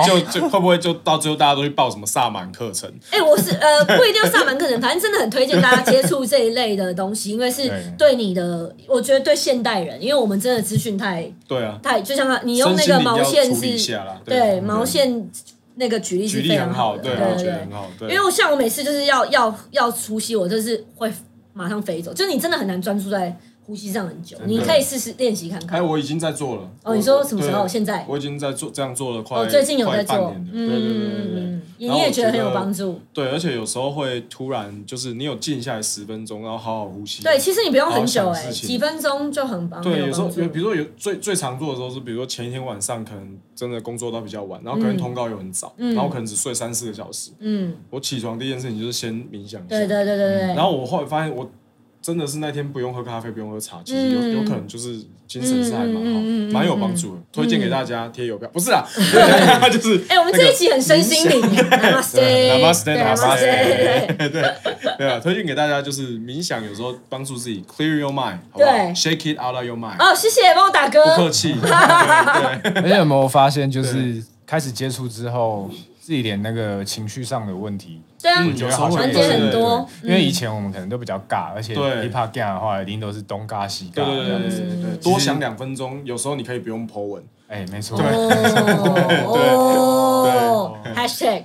就就会不会就到最后大家都去报什么萨满课程？哎、我是呃，不一定要萨满课程，反正真的很推荐大家接触这一类的东西，因为是对你的，我觉得对现代人，因为我们真的资讯太对啊，太，就像他你用身那心个灵毛要线处理一是，下啦。啊对毛线那个举例举是例非很常好，的，对对啊，我对觉得对很。好，对因为像我每次就是要要要呼吸，我就是会马上飞走，就你真的很难专注在呼吸上很久，真的你可以试试练习看看哎，。我已经在做了。哦，你说什么时候？对现在？我已经在做这样做了快，哦，最近有快在半做，年嗯了对对对对对嗯嗯嗯，你然后也我觉得很觉有得帮助。对，而且有时候会突然就是你有静下来十分钟，然后好好呼吸。对，其实你不用很久好好哎、想事情几分钟就很帮对，很有时候帮助有，比如说有最最常做的时候是，比如说前一天晚上可能真的工作到比较晚，然后可能嗯通告又很早，嗯然后可能只睡三四个小时。嗯，我起床第一件事情就是先冥想一下，对对对对对。然后我后来发现我真的是那天不用喝咖啡，不用喝茶，其实有、嗯有可能就是精神是还蛮好，嗯嗯嗯嗯蛮有帮助的，推荐给大家贴邮票，不是啦，就是哎、我们这一集很身心灵，Namaste， Namaste，对 Namaste 对对啊，推荐给大家就是冥想，有时候帮助自己 clear your mind，好不对好？Shake it out of your mind，、哦，谢谢帮我打不客歌，气。而且有没有发现，就是开始接触之后，自己连那个情绪上的问题，对啊，嗯我觉得好像环也节是很多，因为以前我们可能都比较尬，而且对 hiphop 尬的话，一定都是东尬西尬对对这对样对子。对对，多想两分钟，有时候你可以不用 po 文。哎，没错，哦哦，Hashtag，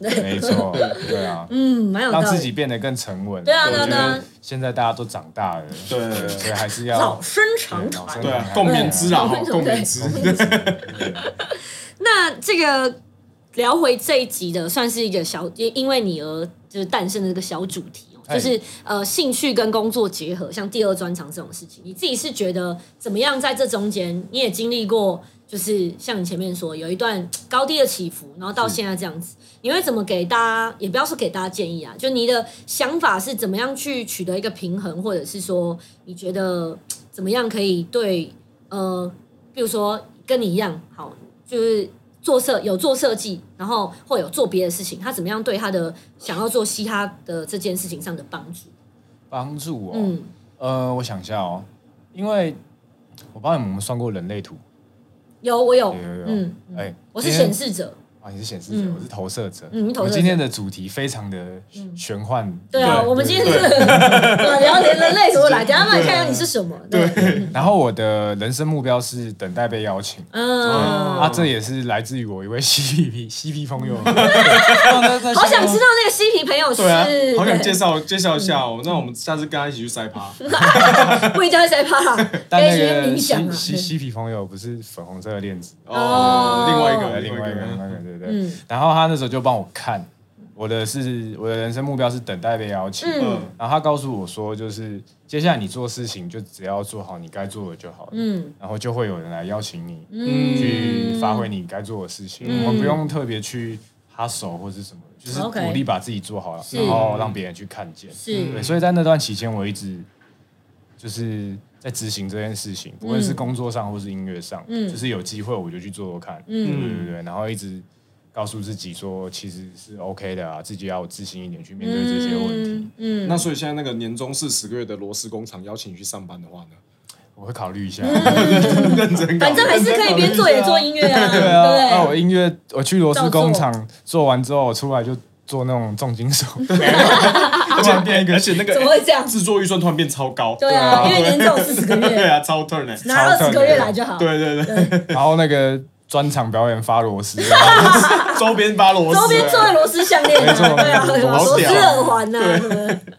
没错，对啊，嗯，蛮有道让理，自己变得更沉稳。对啊对啊我觉得对啊现在大家都长大了，对对对所以还是要老生常对老谈生。对啊，共勉之啦，哈，对共勉啊之。哦 那这个聊回这一集的，算是一个小，因因为你而就是诞生的这个小主题哦，哎就是呃兴趣跟工作结合，像第二专长这种事情，你自己是觉得怎么样？在这中间，你也经历过，就是像你前面说有一段高低的起伏，然后到现在这样子，你会怎么给大家？也不要说给大家建议啊，就你的想法是怎么样去取得一个平衡，或者是说你觉得怎么样可以对呃，比如说跟你一样好，就是做设有做设计，然后或有做别的事情，他怎么样对他的想要做嘻哈的这件事情上的帮助？帮助哦。嗯，呃，我想一下哦，因为我帮你们算过人类图，有我有，有有有嗯，嗯哎，我是今显天示者，啊，你是显示者，嗯我是投射者。嗯你投我射者们今天的主题非常的玄幻。对啊，对我们今天是聊人人类图来，等一下慢慢看看你是什么，对，然后我的人生目标是等待被邀请。嗯，啊，这也是来自于我一位嬉皮 嬉皮朋友， 好好想知道那个嬉皮朋友是，对啊，好想介对绍介绍一下哦。那我们下次跟他一起去塞趴， 不一定要谁怕啦， 但可以那去个冥嬉想啊，嬉嬉皮朋友不是粉红色的链子，哦另外一个，对，另外一个，另外一个，对对。嗯然后他那时候就帮我看，我的是我的人生目标是等待被邀请。嗯嗯，然后他告诉我说，就是接下来你做事情就只要做好你该做的就好了，嗯然后就会有人来邀请你嗯，去发挥你该做的事情，嗯我们不用特别去哈手或是什么，就是 OK 努力把自己做好了，是然后让别人去看见。是对，所以在那段期间，我一直就是在执行这件事情，不论是工作上或是音乐上，嗯就是有机会我就去做做看，嗯对对对，然后一直告诉自己说，其实是 OK 的啊，自己要有自信一点去面对这些问题，嗯嗯，那所以现在那个年终是十个月的螺丝工厂邀请你去上班的话 呢，我会考虑一下。认真搞反正还是可以边做也做音乐啊，对对不啊， 对那我音乐我去螺丝照做工厂做完之后，我出来就做那种重 金属，突然变一个而且那哦怎么个会这样？制作预算突然变超高，对啊，因为年只有四十 个对月，啊，超 turn 哎，拿二超十特个月别来就好。对对对，然后那个专场表演发螺丝， 周边发螺丝，欸周边做的螺丝项链哦啊没错啊，对啊，没错对啊好螺屌丝耳环呐，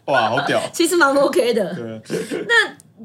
哇，好屌，其实蛮 OK 的。对，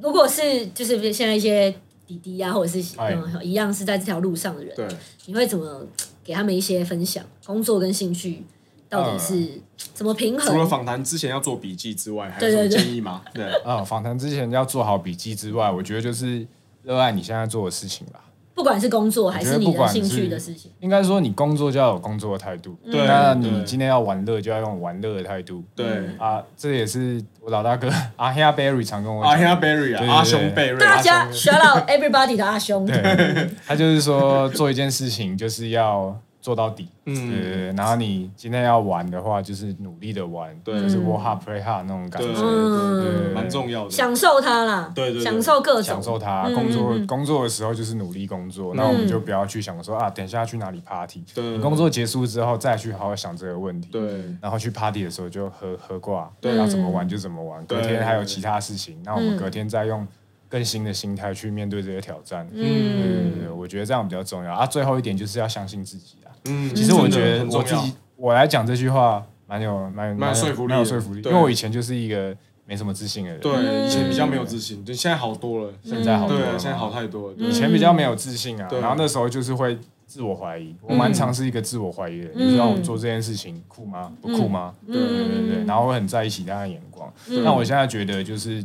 如果是就是现在一些弟弟啊，或者是哎嗯一样是在这条路上的人， 对，你会怎么给他们一些分享？工作跟兴趣到底是呃怎么平除了衡？访谈之前要做笔记之外，还有什么对对对建议吗？对，啊、访谈之前要做好笔记之外，我觉得就是热爱你现在做的事情吧。不管是工作还是你我觉得不的管是兴趣的事情，应该说，你工作就要有工作的态度，嗯对那对你今天要玩乐，就要用玩乐的态度。对，啊，这也是我老大哥 阿黑阿 Berry 常跟我阿讲黑的贝瑞对对啊，对阿雄贝瑞，大家 shout out everybody 的阿兄，对，他就是说做一件事情就是要做到底，嗯，对对对。然后你今天要玩的话，就是努力的玩，对就是 work hard play hard 那种感对觉，嗯对对对蛮重要的。享受它啦，对对对享受各种，享受它。工作工作的时候就是努力工嗯作，那我们就不要去想说啊，等一下要去哪里 party。对你工作结束之后再去好好想这个问题。嗯对然后去 party 的时候就喝喝挂，对要怎么玩就怎么玩。对嗯隔天还有其他事情，那我们隔天再用更新的心态去面对这些挑战。嗯，对对对，我觉得这样比较重要啊。最后一点就是要相信自己啊。嗯，其实我觉真的得很我重自己要。我来讲这句话蛮有蛮有蛮有说服力的蛮有说服力，因对为我以前就是一个没什么自信的人，嗯对，以前比较没有自信，就现在好多了。现在好多对了，嘛现在好太多了。对以前比较没有自信啊，对然后那时候就是会自我怀疑，我嗯蛮常是一个自我怀疑的人，就是让我做这件事情酷吗？不嗯酷吗？对对对对，然后会很在意其他的眼光。嗯那我现在觉得就是，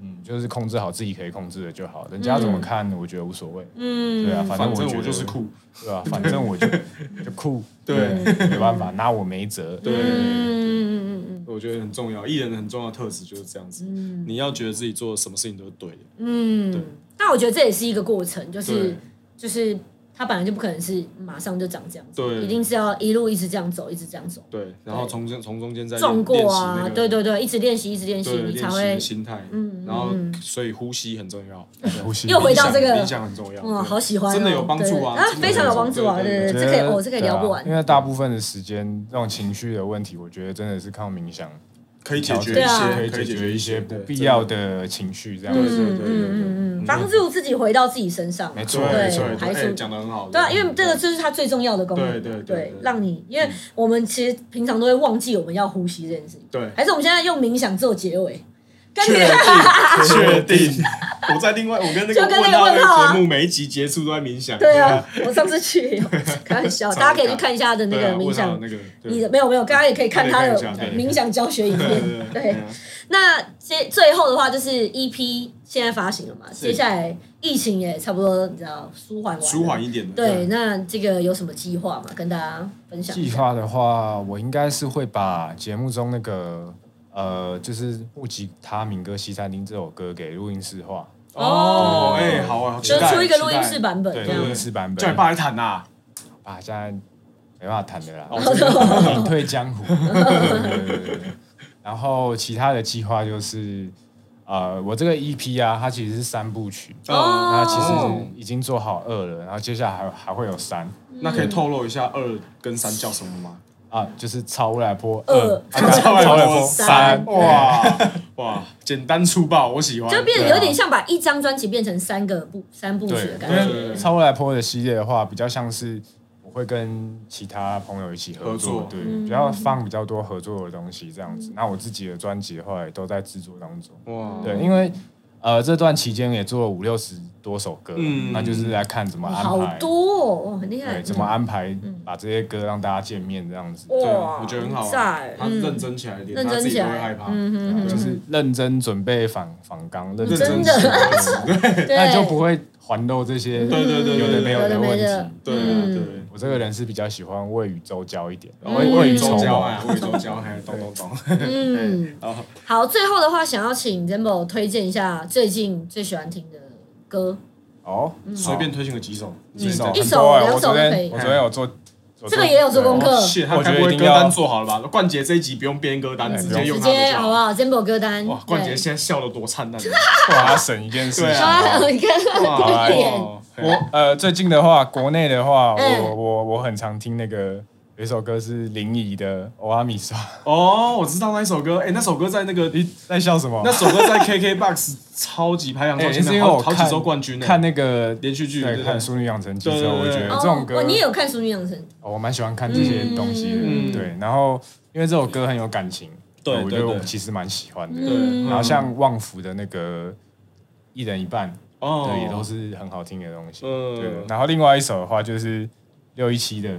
嗯，就是控制好自己可以控制的就好，人家怎嗯么看我觉得无所谓，嗯，对啊，反反我正觉我得就是，酷，对啊，反正我就就酷， 对，没办法，拿我没辙，对嗯嗯嗯我觉得很重要。艺人的很重要的特质就是这样子，你要觉得自己做什么事情都是对的。嗯嗯。但我觉得这也是一个过程，就是对就是他本来就不可能是马上就长这样子，对一定是要一路一直这样走，一直这样走，对，然后从中从中间再撞过练习啊那，个对对对，一直练习，一直练习，对你练才习会嗯的心态，然后所以呼吸很重 要，呼吸又回到冥想这个冥想很重要，哇，对好喜欢哦，真的有帮助啊对啊真，的非常有有帮帮助助啊，对对对对对，这可以，我哦，这可以聊不完啊因，为大部分的时间这种情绪的问题，我觉得真的是靠冥想可以解决对一啊些，可以解解决决一些不必要。的情绪，这样对子。对对对嗯对对嗯嗯嗯，帮助自己回到自己身上，没对错对对对，排对除哎讲的很好。对啊，因为这个就是它最重要的功能。对对对对嗯让你，因为我们其实平常都会忘记我们要呼吸这件事情。对还是我们现在用冥想做结尾， 跟确你定确定，我在另外我跟那就个跟那个问号问号啊节目每一集结束都在冥想。对啊，我上次去也有开 玩笑，大家可以去看一下他的那对个啊，冥问号想那。个对你的没有没有，大家也可以看他的可以看一下对冥想教学影对片。对啊对，那接最后的话就是 EP 现在发行了嘛，接下来疫情也差不多，你知道舒缓完了，舒缓一点的。对，那这个有什么计划嘛？跟大家分享一计下。划的话，我应该是会把节目中那个呃，就是募集他民歌西餐厅这首歌给录音室化，哦，哎，好啊，好期就待出一个录期音待室版本对，这样录。音室版叫本你。爸来弹呐。啊，现在没办法谈的啦，哦 隐退江湖。对对对对然后其他的计划就是，呃，我这个 EP 啊，它其实是三部曲，哦它其实已经做好二了，然后接下来还有还会有三。那可以透露一下二跟三叫什么吗？啊，就是超未来波二嗯 啊超未来波三三，哇哇，简单粗暴，我喜欢。就变得对啊有点像把一张专辑变成三个部三部曲对的，感因觉。为超未来坡的系列的话，比较像是我会跟其他朋友一起合作，合作对，比较放比较多合作的东西这样子。那我自己的专辑的话，也都在制作当中，哇，对，因为呃这段期间也做了五六十多首歌，嗯那就是来看怎么安好排，多哦，哦很厉害对，。怎么安排把这些歌让大家见面这样子，对哇啊，我觉得很好很啊赞。他认真起来一点，认他真自己起不会来嗯害怕，对啊就是认真准备访访纲，认认真真的起来对，那就不会环漏这些对对对有的没有有的的没问的嗯题。对啊对。哦我这个人是比较喜欢未雨绸缪一点，然后未雨绸缪，嗯哎，未雨绸缪，哎，懂懂懂。哦嗯，好，好。最后的话，想要请 Zembo 推荐一下最近最喜欢听的歌，哦，随便推荐个几首，几首，嗯一很首多哎，两首我昨都可以天我昨天有做，这个也有做功课，课，谢，他我觉该得不会一歌定要哎单做好了吧？冠杰这一集不用编歌单，对直接用直他的接就好好不了。好？Zembo 歌单，哇，冠杰对现在笑得多灿烂。啊我要省一件事对情。啊啊，你看哇这一点，哦我呃，最近的话，国内的话，嗯我我我很常听那个有一首歌是林怡的《欧阿米莎》，哦，我知道那一首歌，哎，那首歌在那个你 在笑什么？那首歌在 KKBOX 超级排行哎榜是前因面，为我好好几看周冠军呢。看那个连续剧对对，对看《对淑女养成记》之后，对我对觉对得哦这种歌哦，你也有看《淑女养成》？哦我蛮喜欢看这些东西的，嗯对。然后因为这首歌很有感情，对我觉对得对我其实蛮喜欢的。对，嗯嗯然后像旺福的那个一人一半，哦对，也都是很好听的东西。嗯对。然后另外一首的话就是六一七的《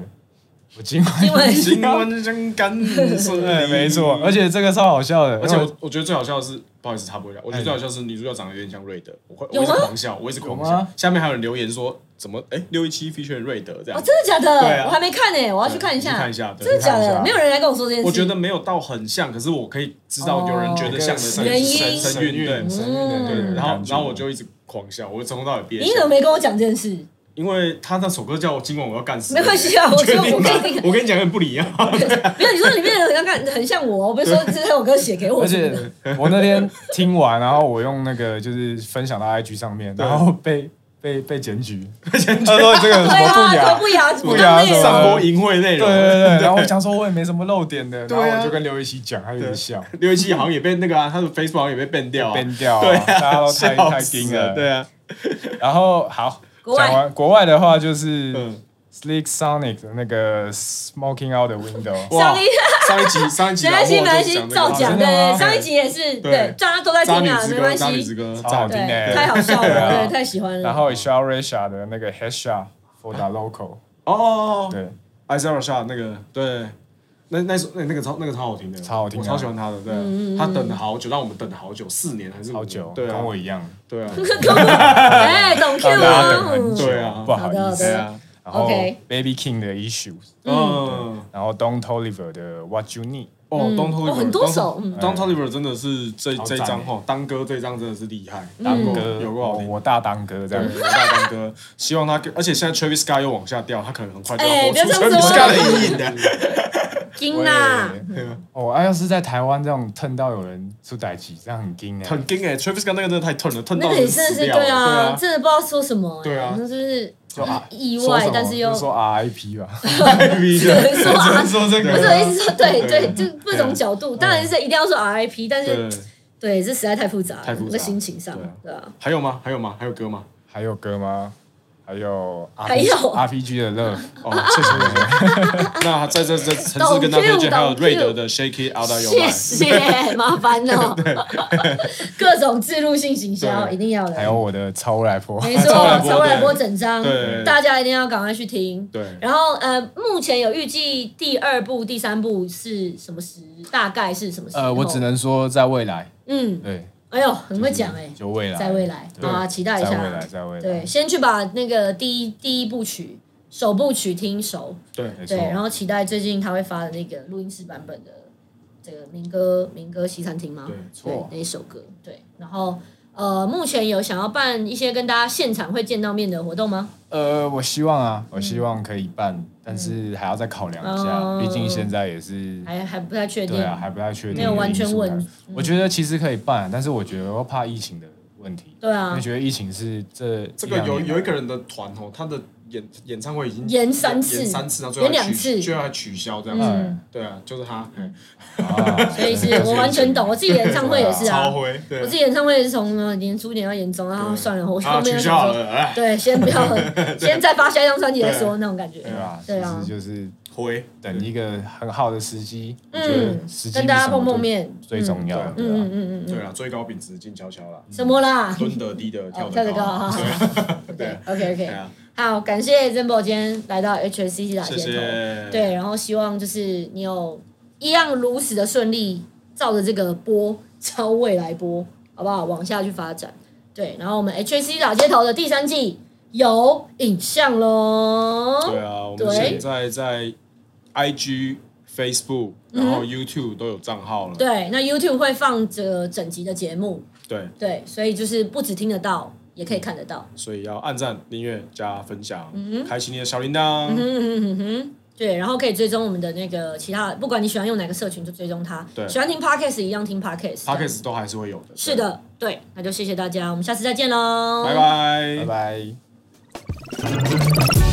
我今晚今晚新闻真干 是对，哎没错，而且这个超好笑的，而且因为哎我我觉得最好笑的是，不好意思插播一下，我觉得最好笑的是女主角长得有点像瑞德，我会有我一直吗狂笑，我一直狂有笑吗。下面还有人留言说怎么哎六一七 feature 瑞德这哦，样，真的假对啊的？我还没看呢，我要去对看一你下。去看一下对真的假你去看一的？下没有人来跟我说这件事。我觉得没有到很像，可是我可以知道有人觉得像的神哦原神因嗯神韵对。嗯神韵的那种对，然感后觉然后我就一直狂笑，我从头到尾憋你怎笑么，没跟我讲这件事？因为他那首歌叫我今晚我要干死你，没关系啊，我确就我定吗，跟你我跟你讲，很不理 啊。没有，你说里面的人很像很像我，我不是说这首歌写给我而听且的，我那天听完，然后我用那个就是分享到 IG 上 面，对然后被被被检举，他说这个 有什对么不啊，可雅不。雅，不不雅雅内什容么上播淫秽内对容，对对，然后我讲说我也没什么漏点的，然后对啊我就跟刘一奇讲，他有点笑，刘一七好像也被那个啊，他的 Facebook 好像也被 ban 掉啊，编掉，对啊，大家都太笑太死盯了，了。对，啊，然后好，国讲外完国外的话就是嗯， Slick Sonic 的那个 Smoking Out the Window，哇上一，上一集上一集没老关莫就讲那个，系，没关系，照讲。真的对，吗上一集也是，对对，大家都在听渣女啊，之没歌，关渣女之系，歌，超好听对，的，太好笑对了，啊对，太喜欢然了。后 s h a r e s h a 的那个 Headshot for the Local，哦哦，哦对，艾塞尔夏那个，对，那那首那那个超那个超好听的，超好听我的超喜欢他的，对啊，嗯他等了好久，让我们等了好久，四年还是五好久，对啊，跟我一样，对嗯啊， 哎，懂 Q 让大家等很啊久，对啊不好好的好意的思对。 啊，然后 OK Baby King 的 Issues，嗯，然后 Don Toliver 的 What You Need，哦，Don Toliver，哦很多首嗯 Don Toliver 真的是这好这赞一张欸哦，当哥这一张真的是厉害，嗯当有哥有够好听。我大当哥对，这样。我大当哥，希望他跟，而且现在 Travis Scott 又往下掉，他可能很快就要哎活不要出这样 Travis 说 Scott 的阴影啊的。金呐，喂 哦，啊要是在台湾这种蹭到有人出歹机，这样很惊哎很。惊哎，Travis Scott 那个真的太疼了，疼那到个人也真的死是掉了。对对啊，啊，真的不知道说什么，对啊哎就是就啊意说什外么，但是又就说 RIP 吧， 能说啊，说这不是我意个，思说，对对对，就各种角度，当然是一定要说 RIP，但是对，对，这实在太复杂了，太复杂那心情上对啊，对啊，还有吗？还有吗？还有歌吗？还有歌吗？还有 RPG, 还有 RPG 的 Love，哦，谢谢谢谢。那在这这城市跟大推荐，还有瑞德的 Shake It Out of Your 谢 Mind。谢，麻烦 了， 各种自入性行销对一定要还有的，我的超来婆，没错，超来播超来对播整张对，大家一定要赶快去听。对，然后呃，目前有预计第二部、第三部是什么时？大概是什么时候？呃，我只能说在未来，嗯，对，哎呦，很怎会讲哎，就未来，在未来对好啊，期待一在下未。来，在未来，对，先去把那个第一第一部曲首部曲听熟，对，没错对，，然后期待最近他会发的那个录音室版本的这个民歌民歌西餐厅吗？对错那一首歌，对，然后。呃，目前有想要办一些跟大家现场会见到面的活动吗？呃，我希望啊，我希望可以办，但是还要再考量一下，嗯毕竟现在也是，还还不太确定。对啊，还不太确定，啊没有完全嗯稳。我觉得其实可以办，但是我觉得我怕疫情的问题，对因啊为，觉得疫情是这这个有一两年有一个人的团哦，他的演演唱会已经延三次延三次，然后最后延还两取次最后还取消这样子。嗯对啊，就是他，嗯啊， 所以是我完全懂，我自己演唱会也是 啊超，会，对我自己演唱会也是从呃年初年到年终，然后对算了，我啊，后面取就消想好说，了，哎，对，先不要 了，先再发下一张专辑再说那种感觉。对啊，对啊其实就是回等一个很好的时机，我觉嗯得时，机跟比大家什么碰碰都面，最重要的，嗯嗯对啊，嗯嗯嗯，对啦，最高品质静悄悄啦，什么啦？蹲得低的哦跳跳得得高，高好，好好 OK OK 对 OK，啊，好，感谢 Zembo 今天来到 HCC 打谢街头，谢，对，然后希望就是你有一样如此的顺利，照着这个波，朝未来波，好不好？往下去发展，对，然后我们 HCC 打街头的第三季有影像喽对，啊，我对们现在在 IG、Facebook，然后 YouTube 都有账号了，嗯对，那 YouTube 会放这整集的节目，对，对，所以就是不只听得到，也可以看得到。所以要按赞、订阅、加分享，开启你的小铃铛，嗯嗯哼哼哼，对，然后可以追踪我们的那个其他，不管你喜欢用哪个社群，就追踪它。对喜欢听 podcast 一样听 podcast。 Podcast 都还是会有的，是的，对，啊那就谢谢大家，我们下次再见喽，对，拜拜拜。拜。